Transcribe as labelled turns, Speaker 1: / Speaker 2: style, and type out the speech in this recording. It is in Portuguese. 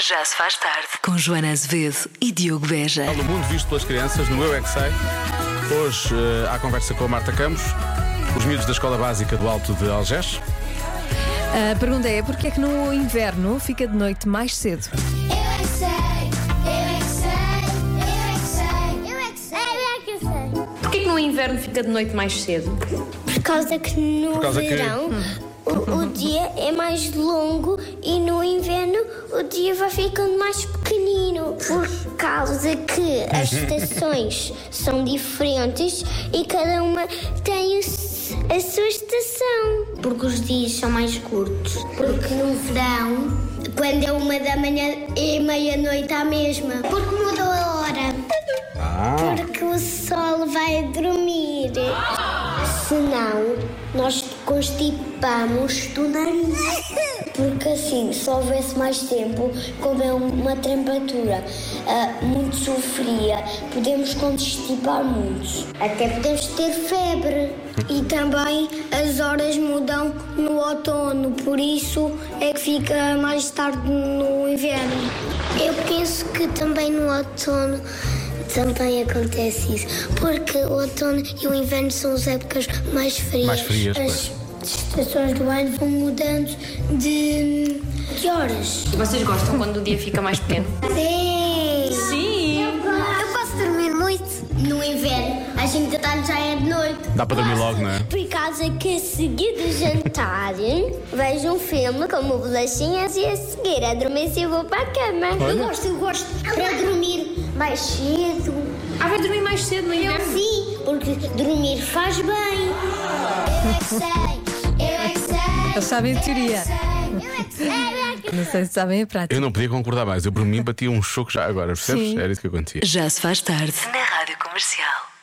Speaker 1: Já se faz tarde com Joana Azevedo e Diogo Beja.
Speaker 2: O mundo visto pelas crianças no Eu É Que Sei. Hoje eh, há conversa com a Marta Campos, os miúdos da Escola Básica do Alto de Algés.
Speaker 3: A pergunta é: porquê é que no inverno fica de noite mais cedo?
Speaker 4: Eu é que sei, eu é que sei, eu é que sei, eu é que sei, eu é que sei, eu é que
Speaker 5: Porquê que no inverno fica de noite mais cedo?
Speaker 4: sei. Por causa que no
Speaker 2: causa que- Hum.
Speaker 4: verão o, o dia é mais longo e no inverno o dia vai ficando mais pequenino. Por causa que as
Speaker 2: Uhum.
Speaker 4: estações são diferentes e cada uma tem o s- a sua estação. Porque os dias são mais curtos. Porque no verão, quando é uma da manhã, é meia-noite à mesma. Porque mudou a hora.
Speaker 2: Ah.
Speaker 4: Porque o sol vai dormir. Senão, nós constipamos do nariz. Porque assim, se houvesse mais tempo, como é uma temperatura ah, muito sofria, podemos constipar muito. Até podemos ter febre. E também as horas mudam no outono, por isso é que fica mais tarde no inverno. Eu penso que também no outono também acontece isso, porque o outono e o inverno são as épocas mais frias.
Speaker 2: Mais frias,
Speaker 4: As estações do ano vão mudando de, de horas.
Speaker 5: Vocês gostam quando o dia fica mais pequeno?
Speaker 4: Sim!
Speaker 5: Sim!
Speaker 4: Eu posso dormir muito. No inverno, às 5 da tarde já é de noite.
Speaker 2: Dá para dormir logo, não é?
Speaker 4: Por causa que a seguir do jantar, vejo um filme como bolachinhas e a seguir adormeço e vou para a cama.
Speaker 2: Olha.
Speaker 4: Eu gosto, eu gosto. Para dormir mais cedo.
Speaker 5: Ah, vai dormir mais cedo no inverno?
Speaker 4: Sim, porque dormir faz bem. Eu é que sei, eu é que sei.
Speaker 3: Eles sabem a teoria.
Speaker 4: Eu é que sei, eu é que
Speaker 3: Não sei se sabem a prática.
Speaker 2: Eu não podia concordar mais. Eu, por mim, batia um choco já agora, percebes?
Speaker 3: Sim.
Speaker 2: Era isso que acontecia.
Speaker 1: Já se faz tarde na Rádio Comercial.